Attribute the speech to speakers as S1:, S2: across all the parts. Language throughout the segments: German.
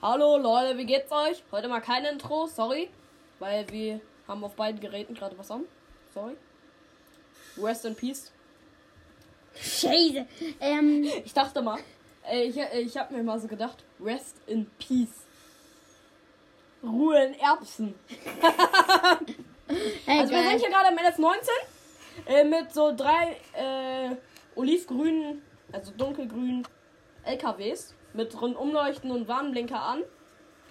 S1: Hallo Leute, wie geht's euch? Heute mal kein Intro, sorry. Weil wir haben auf beiden Geräten gerade was an. Sorry. Rest in Peace.
S2: Scheiße. Ähm,
S1: Ich dachte mal, äh, ich, äh, ich habe mir mal so gedacht, Rest in Peace. Ruhe in Erbsen.
S2: äh,
S1: Also wir
S2: geil.
S1: sind hier gerade am NF19 äh, mit so drei äh, olivgrünen, also dunkelgrünen LKWs mit rund Umleuchten und Warnblinker an.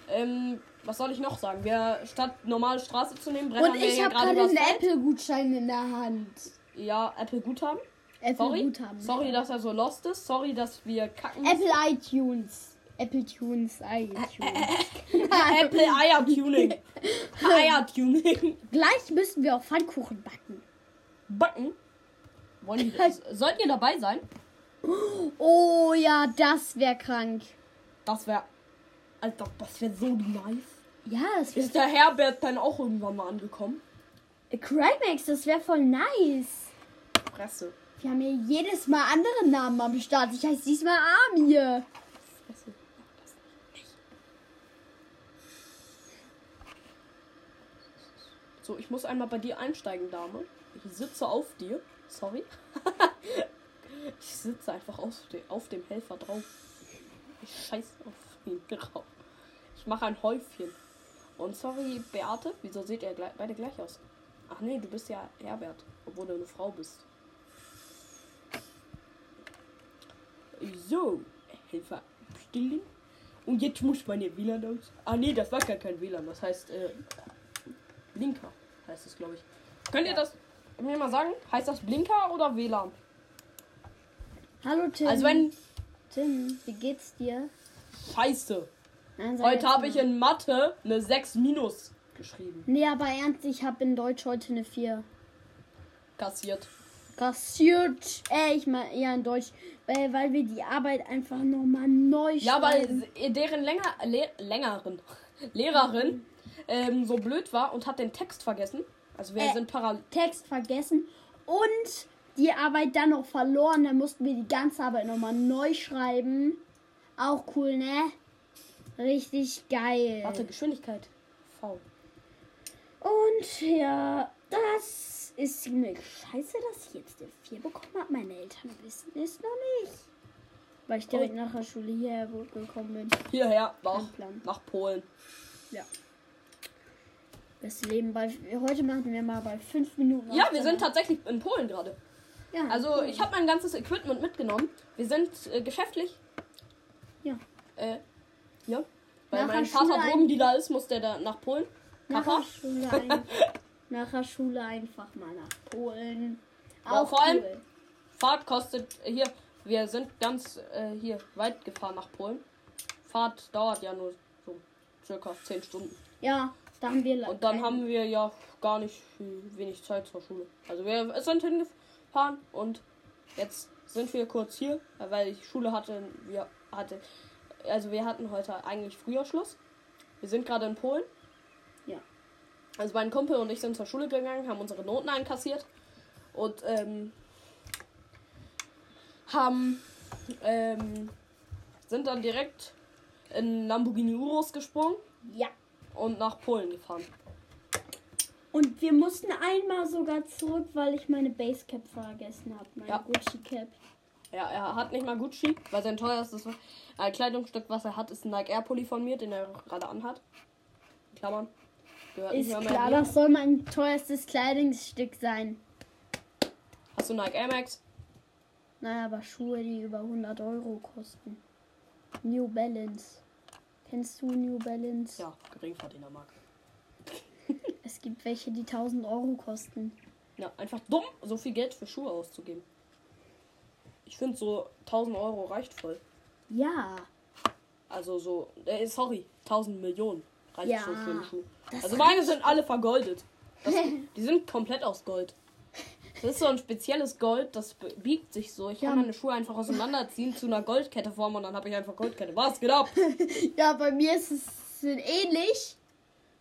S1: Ähm, was soll ich noch sagen? Wir statt normale Straße zu nehmen, brennen
S2: und
S1: wir
S2: ich
S1: hier
S2: habe
S1: gerade
S2: gerade
S1: über
S2: einen
S1: Asphalt.
S2: Apple-Gutschein in der Hand.
S1: Ja, Apple Guthaben.
S2: Apple
S1: Sorry.
S2: Guthaben.
S1: Sorry, dass er so lost ist. Sorry, dass wir kacken.
S2: Apple iTunes. Apple Tunes, iTunes.
S1: Äh, Apple Eiertuning. Eiertuning.
S2: Gleich müssen wir auch Pfannkuchen backen.
S1: Backen. Wollen die, sollten ihr dabei sein?
S2: Oh ja, das wäre krank.
S1: Das wäre. Alter, das wäre so nice.
S2: Ja, das wäre
S1: Ist der Herbert dann auch irgendwann mal angekommen?
S2: Crymax, das wäre voll nice.
S1: Fresse.
S2: Wir haben hier jedes Mal andere Namen am Start. Ich heiße diesmal Amir.
S1: Fresse. So, ich muss einmal bei dir einsteigen, Dame. Ich sitze auf dir. Sorry. ich sitze einfach auf, de auf dem Helfer drauf. Ich scheiß auf ihn drauf. Ich mache ein Häufchen. Und sorry, Beate, wieso seht ihr gle beide gleich aus? Ach nee, du bist ja Herbert, obwohl du eine Frau bist. So, Helfer stillen. Und jetzt muss meine WLAN aus. Ah nee, das war gar kein WLAN. Das heißt, äh, Blinker heißt es, glaube ich. Könnt ihr das mir mal sagen? Heißt das Blinker oder WLAN?
S2: Hallo Tim.
S1: Also wenn.
S2: Tim, wie geht's dir?
S1: Scheiße.
S2: Nein, sei
S1: Heute
S2: jetzt
S1: habe
S2: mal-
S1: ich in Mathe eine 6 minus geschrieben.
S2: Nee, aber ernst, ich habe in Deutsch heute eine 4.
S1: Kassiert.
S2: Kassiert. Äh, ich meine, ja, in Deutsch. Weil, weil wir die Arbeit einfach nochmal neu
S1: Ja,
S2: schreiben.
S1: weil deren länger, le, längeren Lehrerin ähm, so blöd war und hat den Text vergessen. Also wir
S2: Äh.
S1: sind parallel.
S2: Text vergessen und die Arbeit dann noch verloren. Dann mussten wir die ganze Arbeit nochmal neu schreiben. Auch cool, ne? Richtig geil.
S1: Warte, Geschwindigkeit. V.
S2: Und ja, das ist ziemlich scheiße, dass ich jetzt eine 4 bekommen habe. Meine Eltern wissen es noch nicht. Weil ich
S1: Oh.
S2: direkt nach der Schule hierher gekommen bin.
S1: Hierher, nach,
S2: Kein Plan.
S1: nach Polen.
S2: Ja. Das Leben bei. Heute machen wir mal bei 5 Minuten.
S1: Ja,
S2: auf
S1: wir
S2: der-
S1: sind tatsächlich in Polen gerade.
S2: Ja,
S1: Also ich habe mein ganzes Equipment mitgenommen. Wir sind äh, geschäftlich.
S2: Ja.
S1: Äh, hier. Weil
S2: Nachher
S1: mein
S2: Schule
S1: Vater
S2: ein-
S1: Drogendealer ist, muss der da nach Polen.
S2: nach
S1: Papa?
S2: der Schule, ein, nach der Schule einfach mal nach Polen.
S1: Aber vor allem-
S2: cool.
S1: Fahrt kostet äh, hier. Wir sind ganz äh, hier weit gefahren nach Polen. Fahrt dauert ja nur so circa 10 Stunden.
S2: Ja, da haben wir
S1: Und dann haben wir ja gar nicht viel- wenig Zeit zur Schule. Also wir sind hingefahren und jetzt sind wir kurz hier, weil ich Schule hatte. Wir hatte, also wir hatten heute eigentlich früher Schluss. Wir sind gerade in Polen.
S2: Ja.
S1: Also mein Kumpel und ich sind zur Schule gegangen, haben unsere Noten einkassiert und ähm, haben ähm, sind dann direkt in Lamborghini Urus gesprungen
S2: Ja.
S1: und nach Polen gefahren.
S2: Und wir mussten einmal sogar zurück, weil ich meine Basecap vergessen habe. Meine
S1: Ja.
S2: Gucci Cap.
S1: Ja, er hat nicht mal Gucci, weil sein teuerstes äh, Kleidungsstück, was er hat, ist ein Nike Air Pulli von mir, den er gerade anhat. In Klammern. Gehört
S2: Ist
S1: nicht mehr
S2: klar,
S1: mir.
S2: das soll mein teuerstes Kleidungsstück sein.
S1: Hast du Nike Air Max?
S2: Naja, aber Schuhe, die über 100 Euro kosten. New Balance. Kennst du New Balance?
S1: Ja, Geringverdienermarkt.
S2: Es gibt welche, die 1000 Euro kosten.
S1: Ja, einfach dumm, so viel Geld für Schuhe auszugeben. Ich finde so 1000 Euro reicht voll.
S2: Ja.
S1: Also so, äh, sorry, 1000 Millionen reicht
S2: Ja,
S1: schon für einen Schuh.
S2: das
S1: Also meine sind alle vergoldet. Das, die sind komplett aus Gold. Das ist so ein spezielles Gold, das be- biegt sich so. Ich
S2: Ja.
S1: kann meine Schuhe einfach auseinanderziehen zu einer Goldkette formen und dann habe ich einfach Goldkette. Was geht ab?
S2: Ja, bei mir ist es ähnlich.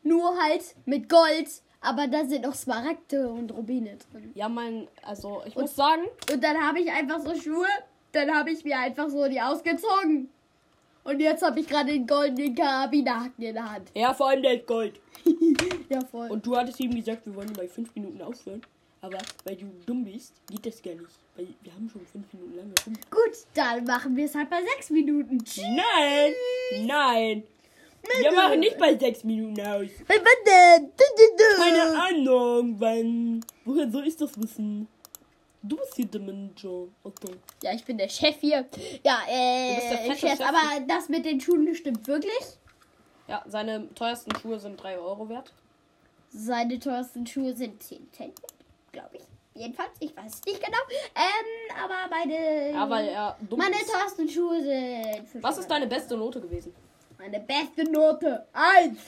S2: Nur halt mit Gold. Aber da sind noch Smaragde und Rubine drin.
S1: Ja, mein, also ich
S2: Und-
S1: muss sagen,
S2: Und dann habe ich einfach so Schuhe. Dann habe ich mir einfach so die ausgezogen. Und jetzt habe ich gerade den goldenen Karabinerhaken in der Hand.
S1: Ja, vor allem der ist Gold.
S2: Ja, voll.
S1: Und du hattest eben gesagt, wir wollen bei 5 Minuten aufhören. Aber weil du dumm bist, geht das gar nicht. Weil wir haben schon 5 Minuten lange rum.
S2: Gut, dann machen wir es halt bei sechs Minuten. Tschüss.
S1: Nein! Nein! Wir machen nicht bei 6 Minuten aus.
S2: Hey, Bande. Du, du, du.
S1: Keine Ahnung, wann. Woher soll ich das wissen? Du bist hier der Manager, Otto.
S2: Ja, ich bin der Chef hier. Ja,
S1: Du bist der
S2: äh,
S1: fette
S2: Chef,
S1: Chef.
S2: aber das mit den Schuhen stimmt wirklich.
S1: Ja, seine teuersten Schuhe sind 3 Euro wert.
S2: Seine teuersten Schuhe sind 10 Cent, glaube ich. Jedenfalls, ich weiß es nicht genau. Ähm, aber meine.
S1: Ja, weil er dumm
S2: meine
S1: ist.
S2: teuersten Schuhe sind. 500.
S1: äh, Was ist deine beste Note gewesen?
S2: Meine beste Note. Eins.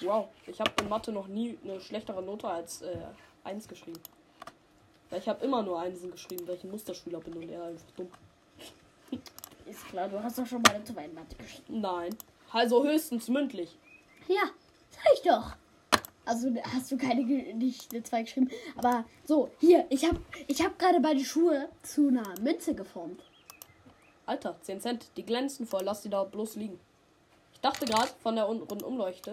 S1: Wow, ich habe in Mathe noch nie eine schlechtere Note als äh, 1 geschrieben. Weil ich habe immer nur Einsen geschrieben, weil ich ein Musterschüler bin und er einfach dumm.
S2: Ist klar, du hast doch schon mal eine zweite Mathe geschrieben.
S1: Nein. Also höchstens mündlich.
S2: Ja, sag ich doch. Also hast du keine ge- nicht eine zwei geschrieben. Aber so, hier, ich hab, ich hab gerade meine Schuhe zu einer Münze geformt.
S1: Alter, 10 Cent. Die glänzen voll. Lass die da bloß liegen. Ich dachte gerade von der unten Umleuchte,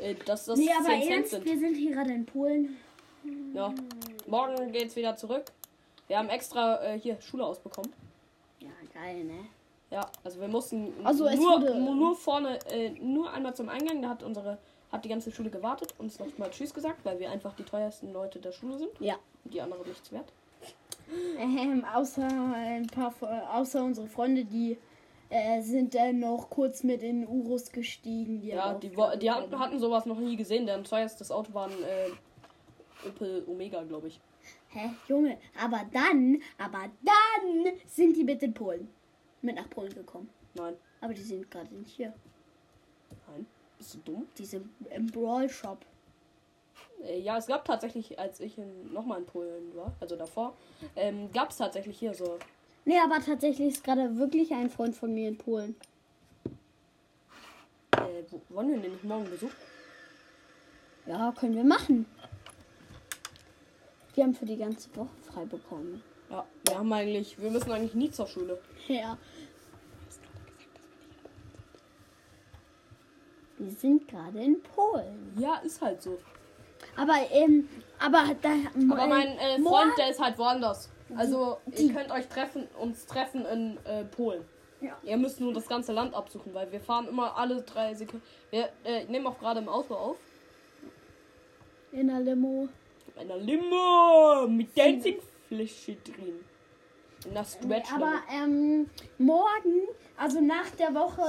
S1: äh, dass das
S2: nee, aber
S1: 10 Cent
S2: ernst,
S1: sind.
S2: wir sind hier gerade in Polen.
S1: Ja. Morgen geht's wieder zurück. Wir haben extra äh, hier Schule ausbekommen.
S2: Ja, geil, ne?
S1: Ja, also wir mussten
S2: Also es
S1: nur,
S2: wurde-
S1: nur vorne, äh, nur einmal zum Eingang. Da hat unsere, hat die ganze Schule gewartet, uns nochmal Tschüss gesagt, weil wir einfach die teuersten Leute der Schule sind
S2: Ja.
S1: und die anderen nichts wert.
S2: Ähm, außer ein paar, Fre- außer unsere Freunde, die äh, sind dann noch kurz mit in Urus gestiegen. Die
S1: Ja,
S2: haben
S1: die,
S2: auch-
S1: wo- die hatten, hatten sowas noch nie gesehen. Deren teuerstes Auto war ein äh, Opel Omega, glaube ich.
S2: Hä, Junge, aber dann, aber dann sind die mit in Polen. Mit nach Polen gekommen.
S1: Nein,
S2: Aber die sind gerade nicht hier.
S1: nein. Bist du dumm?
S2: Die sind im Brawl Shop.
S1: Äh, ja, es gab tatsächlich, als ich nochmal in Polen war, also davor, ähm, gab es tatsächlich hier so.
S2: Nee, aber tatsächlich ist gerade wirklich ein Freund von mir in Polen.
S1: Äh, wo, wollen wir denn nicht morgen Besuch?
S2: Ja, können wir machen. Wir haben für die ganze Woche frei bekommen.
S1: Ja, wir haben eigentlich, wir müssen eigentlich nie zur Schule.
S2: Ja. Wir sind gerade in Polen.
S1: Ja, ist halt so.
S2: Aber, ähm, aber da.
S1: Aber mein äh,
S2: Moa-
S1: Freund, der ist halt woanders. Also
S2: die-
S1: ihr könnt euch treffen, uns treffen in äh, Polen.
S2: Ja.
S1: Ihr müsst nur das ganze Land absuchen, weil wir fahren immer alle drei Sekunden. Wir äh, nehmen auch gerade im Auto auf.
S2: In der Limo.
S1: In einer Limo mit Dancingfläche drin. In der
S2: Nee,
S1: Stretch.
S2: aber, ähm, morgen, also nach der Woche.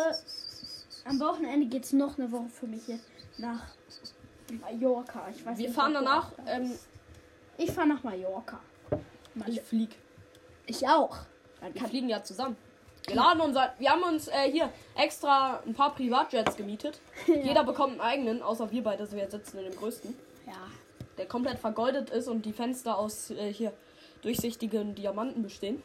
S2: Am Wochenende geht's noch eine Woche für mich hier nach Mallorca. Ich weiß
S1: wir
S2: nicht,
S1: fahren
S2: ob
S1: danach.
S2: du-
S1: Ähm,
S2: Ich fahre nach Mallorca.
S1: ich flieg.
S2: Ich auch. Dann
S1: Wir
S2: kann
S1: fliegen ja zusammen. Wir laden uns, wir haben uns äh, hier extra ein paar Privatjets gemietet. Jeder bekommt einen eigenen, außer wir beide, also wir sitzen in dem größten.
S2: ja.
S1: der komplett vergoldet ist und die Fenster aus äh, hier durchsichtigen Diamanten bestehen.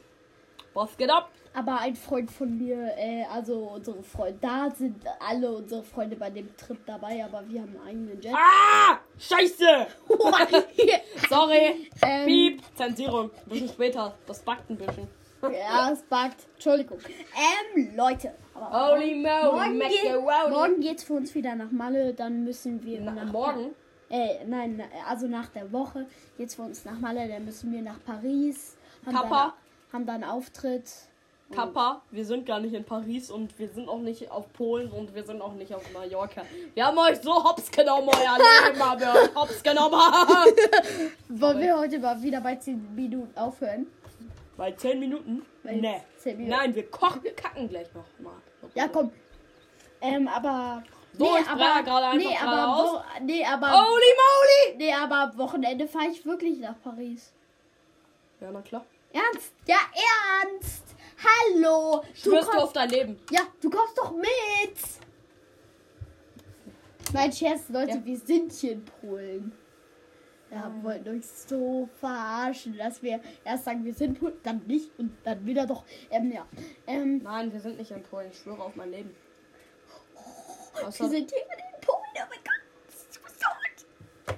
S1: Was geht ab?
S2: Aber ein Freund von mir, äh, also unsere Freunde, da sind alle unsere Freunde bei dem Trip dabei, aber wir haben einen eigenen Jet.
S1: Ah! Scheiße! Sorry!
S2: Ähm.
S1: Piep! Zensierung. Ein bisschen später. Das backt ein bisschen.
S2: ja, es backt. Entschuldigung. Ähm, Leute. Aber
S1: Holy moly,
S2: morgen, geht,
S1: macaroni!
S2: morgen geht's für uns wieder nach Malle, dann müssen wir
S1: Na,
S2: nach
S1: Morgen?
S2: Äh, nein, na- also nach der Woche geht's für uns nach Malle, dann müssen wir nach Paris. Haben
S1: Papa?
S2: Dann, haben dann Auftritt.
S1: Papa, Mhm. wir sind gar nicht in Paris und wir sind auch nicht auf Polen und wir sind auch nicht auf Mallorca. Wir haben euch so hops genommen, euer Leben haben wir euch hops genommen.
S2: Wollen wir heute mal wieder bei 10 Minuten aufhören?
S1: Bei 10 Minuten?
S2: Bei
S1: Nee.
S2: 10 Minuten.
S1: Nein, wir kochen, kacken gleich noch mal.
S2: Ja, komm. Ähm, aber.
S1: So, ich bleibe gerade einfach
S2: nee,
S1: geradeaus.
S2: aber, wo, nee, aber,
S1: Holy moly!
S2: nee, aber am Wochenende fahre ich wirklich nach Paris.
S1: Ja, na klar.
S2: Ernst? Ja, ernst! Hallo! Du
S1: Schwörst du auf
S2: kommst,
S1: dein Leben?
S2: ja, du kommst doch mit! Mein Scherz, Leute,
S1: Ja. Ah.
S2: wir sind hier in Polen. Ja, wir wollten euch so verarschen, dass wir erst sagen, wir sind Polen, dann nicht und dann wieder doch. Ähm, ja. Ähm,
S1: Nein, wir sind nicht in Polen. Ich schwöre auf mein Leben.
S2: wir
S1: Außer,
S2: sind hier in Polen, oh mein Gott! Das ist so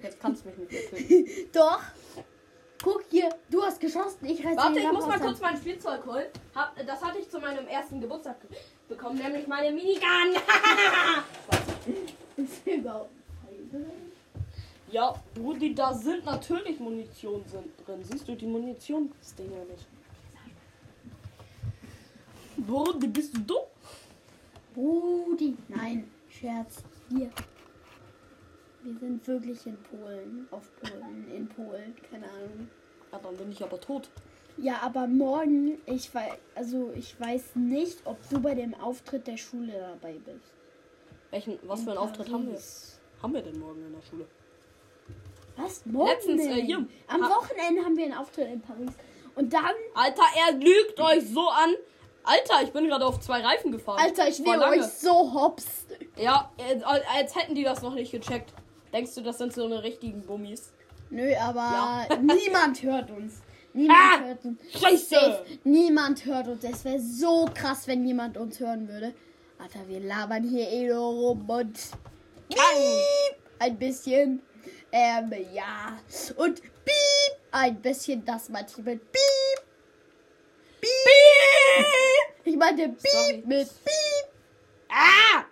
S1: jetzt kannst du mich nicht mehr töten.
S2: Doch. Guck hier, du hast geschossen. Ich reiße
S1: Warte,
S2: ihn
S1: ich
S2: nach
S1: muss mal
S2: auseinander.
S1: kurz mein Spielzeug holen. Hab, das hatte ich zu meinem ersten Geburtstag ge- bekommen, nämlich meine Minigun.
S2: Ist der überhaupt frei?
S1: ja, Brudi, da sind natürlich Munition sind drin. Siehst du die Munition? Das Ding ja nicht. Brudi, bist du dumm?
S2: Brudi. Nein, Scherz. Hier. Wir sind wirklich in Polen. Auf Polen. In Polen. Keine Ahnung.
S1: Ja, dann bin ich aber tot.
S2: Ja, aber morgen, ich weiß, also ich weiß nicht, ob du bei dem Auftritt der Schule dabei bist.
S1: Welchen, was für einen
S2: In
S1: Auftritt haben wir?
S2: Paris.
S1: Haben wir denn morgen in der Schule?
S2: Was? Morgen?
S1: Letztens, äh,
S2: denn?
S1: hier.
S2: Am
S1: Ha-
S2: Wochenende haben wir einen Auftritt in Paris. Und dann,
S1: Alter, er lügt euch so an. Alter, ich bin gerade auf zwei Reifen gefahren.
S2: Alter, ich
S1: Vor
S2: nehme
S1: lange.
S2: euch so hops.
S1: Ja, äh, als hätten die das noch nicht gecheckt. Denkst du, das sind so eine richtigen Bummis?
S2: Nö, aber
S1: Ja.
S2: niemand hört uns. Niemand
S1: Ah!
S2: hört uns.
S1: Scheiße!
S2: Safe. Niemand hört uns. Es wäre so krass, wenn jemand uns hören würde. Alter, wir labern hier eh nur rum und piep, ein bisschen. Ähm, ja. Und piep, ein bisschen das manche mit piep. Piep. Ich meinte piep
S1: Sorry.
S2: mit piep,
S1: Ah!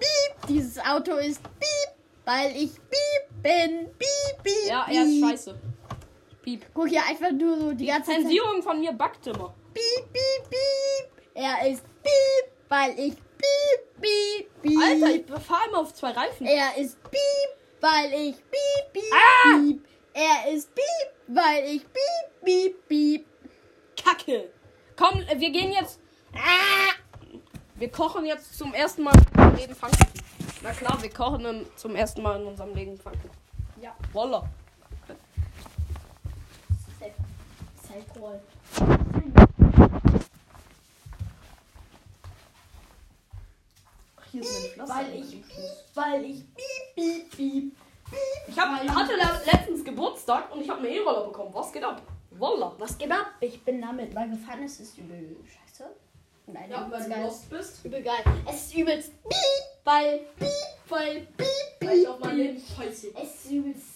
S2: piep. Dieses Auto ist piep, weil ich piep bin. Piep, piep,
S1: Ja, er ist
S2: piep.
S1: scheiße. Piep.
S2: Guck hier einfach nur so die ganze Zeit.
S1: Zensierung von mir backt immer.
S2: Piep, piep, piep. Er ist piep, weil ich piep, piep, piep.
S1: Alter, ich fahr immer auf zwei Reifen.
S2: er ist piep, weil ich piep, piep,
S1: Ah!
S2: piep. Er ist piep, weil ich piep, piep, piep.
S1: Kacke! Komm, äh, wir gehen jetzt. Ah! Wir kochen jetzt zum ersten Mal im Leben Pfannkuchen. Na klar, wir kochen im, zum ersten Mal in unserem Leben Pfannkuchen.
S2: Ja.
S1: Voila.
S2: Zeitkohl.
S1: Hier ist meine Flasche.
S2: Weil ich Weil ich piep, piep, piep.
S1: Ich hab, hatte le letztens Geburtstag und ich habe einen E-Roller bekommen. Was geht ab? Voila.
S2: Was geht ab? Ich bin damit mal gefahren. Es ist übel scheiße. Nein,
S1: Ja, weil
S2: übelst
S1: du
S2: geil.
S1: lost bist.
S2: Übel geil. Es ist übelst piep, weil piep, weil piep,
S1: Weil ich auf
S2: piep.
S1: mein Leben
S2: piep.
S1: scheiße.
S2: Es ist übelst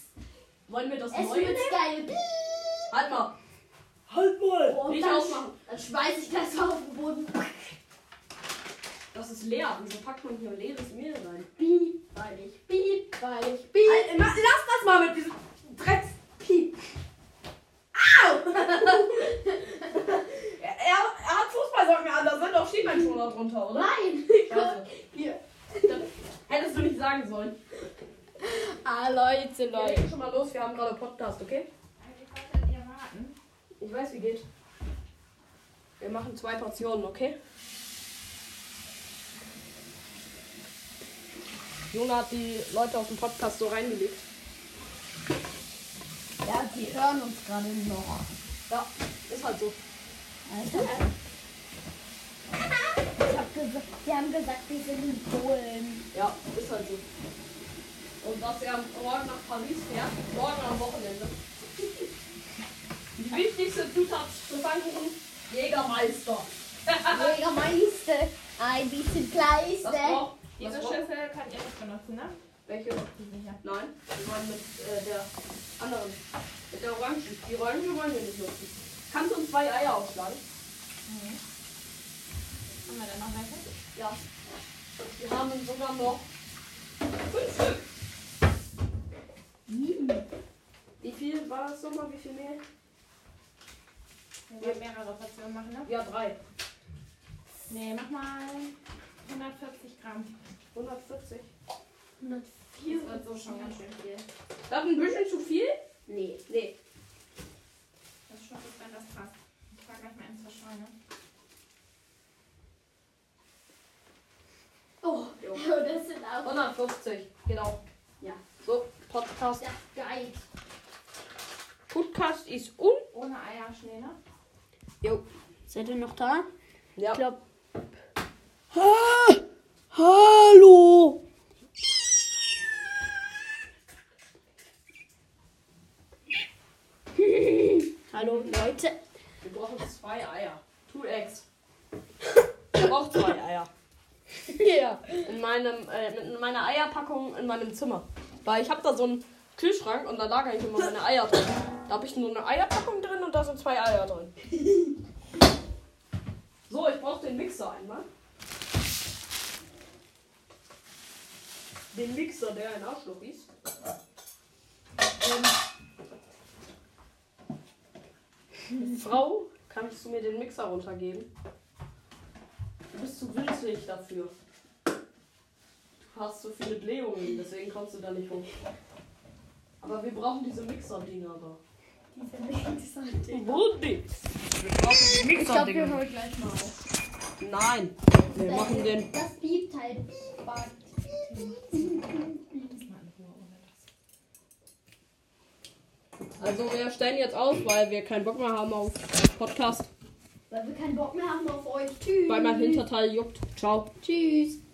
S1: Wollen wir das
S2: Es ist
S1: neue
S2: übelst
S1: nehmen?
S2: geil. Piep.
S1: Halt mal. Halt mal.
S2: Und
S1: Nicht
S2: dann,
S1: ausmachen.
S2: Dann schmeiß ich das auf den Boden.
S1: Das ist leer. Wieso packt man hier leeres Mehl rein?
S2: Piep, weil ich piep, weil ich piep.
S1: Alter, ma- lass das mal mit diesem Drecks.
S2: piep.
S1: Er, er, er hat Fußballsocken an. Da sind doch Schienbeinschoner drunter, oder?
S2: Nein.
S1: Scheiße.
S2: Hier.
S1: Hättest du nicht sagen sollen.
S2: Ah, Leute,
S1: Wir legen schon mal los. Wir haben gerade Podcast, okay? Ich weiß, wie geht. Wir machen zwei Portionen, okay? Jona hat die Leute aus dem Podcast so reingelegt.
S2: Ja, die hören uns gerade noch.
S1: Ja, ist halt so.
S2: Alter. Ich hab gesagt, die haben gesagt, wir sind in Polen.
S1: Ja, ist halt so. Und dass er morgen nach Paris fährt, morgen am Wochenende. Die wichtigste Zutat zu Pfannkuchen, Jägermeister.
S2: Jägermeister, ein bisschen
S1: Das
S2: Kleister.
S1: braucht,
S3: Diese
S1: das braucht.
S3: Schiffe kann ihr nicht benutzen, ne?
S1: Welche?
S3: Die sicher.
S1: Nein, wir wollen mit äh, der anderen. Mit der Orangen. Die Orangen wollen wir nicht nutzen. Kannst du uns zwei Eier aufschlagen?
S3: Haben wir da noch welche?
S1: Ja. Wir haben sogar noch fünf Stück. Wie viel war das nochmal? Wie viel mehr?
S3: Wir werden mehrere Portionen machen, ne?
S1: Ja, drei.
S3: Nee, mach mal 140 Gramm.
S1: 140.
S2: 104
S3: Das wird so schon ganz schön viel.
S1: Das ist ein bisschen zu viel?
S2: Nee.
S1: Nee.
S3: Das ist schon gut, wenn das passt. Ich frage gleich mal eins verschauen, ne?
S2: Oh,
S1: Jo.
S2: das sind auch.
S1: 150. Genau.
S2: Ja.
S1: So, Podcast.
S2: Ja, geil.
S1: Podcast ist um.
S3: Ohne Eier, Schnee, ne?
S1: Jo.
S2: Seid ihr noch da?
S1: Ja.
S2: Ich glaube.
S1: Hallo.
S2: Hallo Leute.
S1: Wir brauchen zwei Eier. Two eggs. Ich brauche zwei Eier. Ja. In meinem, äh, in meiner Eierpackung in meinem Zimmer. Weil ich habe da so ein Kühlschrank und da lagere ich immer meine Eier drin. Da habe ich nur eine Eierpackung drin und da sind zwei Eier drin. So, ich brauche den Mixer einmal. Den Mixer, der ein Arschloch ist. Ähm, Frau, kannst du mir den Mixer runtergeben? Du bist zu winzig dafür. Du hast so viele Blähungen, deswegen kommst du da nicht hoch. Aber wir brauchen diese Mixer-Dinger da.
S3: Diese Mixer.
S1: Wo nix? Wir brauchen die
S2: Ich glaube, wir
S1: Mixer-Dinger.
S2: hören gleich mal auf.
S1: Nein, wir machen den.
S2: Das piept halt. Piep, bang.
S3: Lass mal in Ruhe ohne das.
S1: Also wir stellen jetzt aus, weil wir keinen Bock mehr haben auf Podcast.
S2: Weil wir keinen Bock mehr haben auf euch. Tschüss.
S1: Weil mein Hinterteil juckt. Ciao.
S2: Tschüss.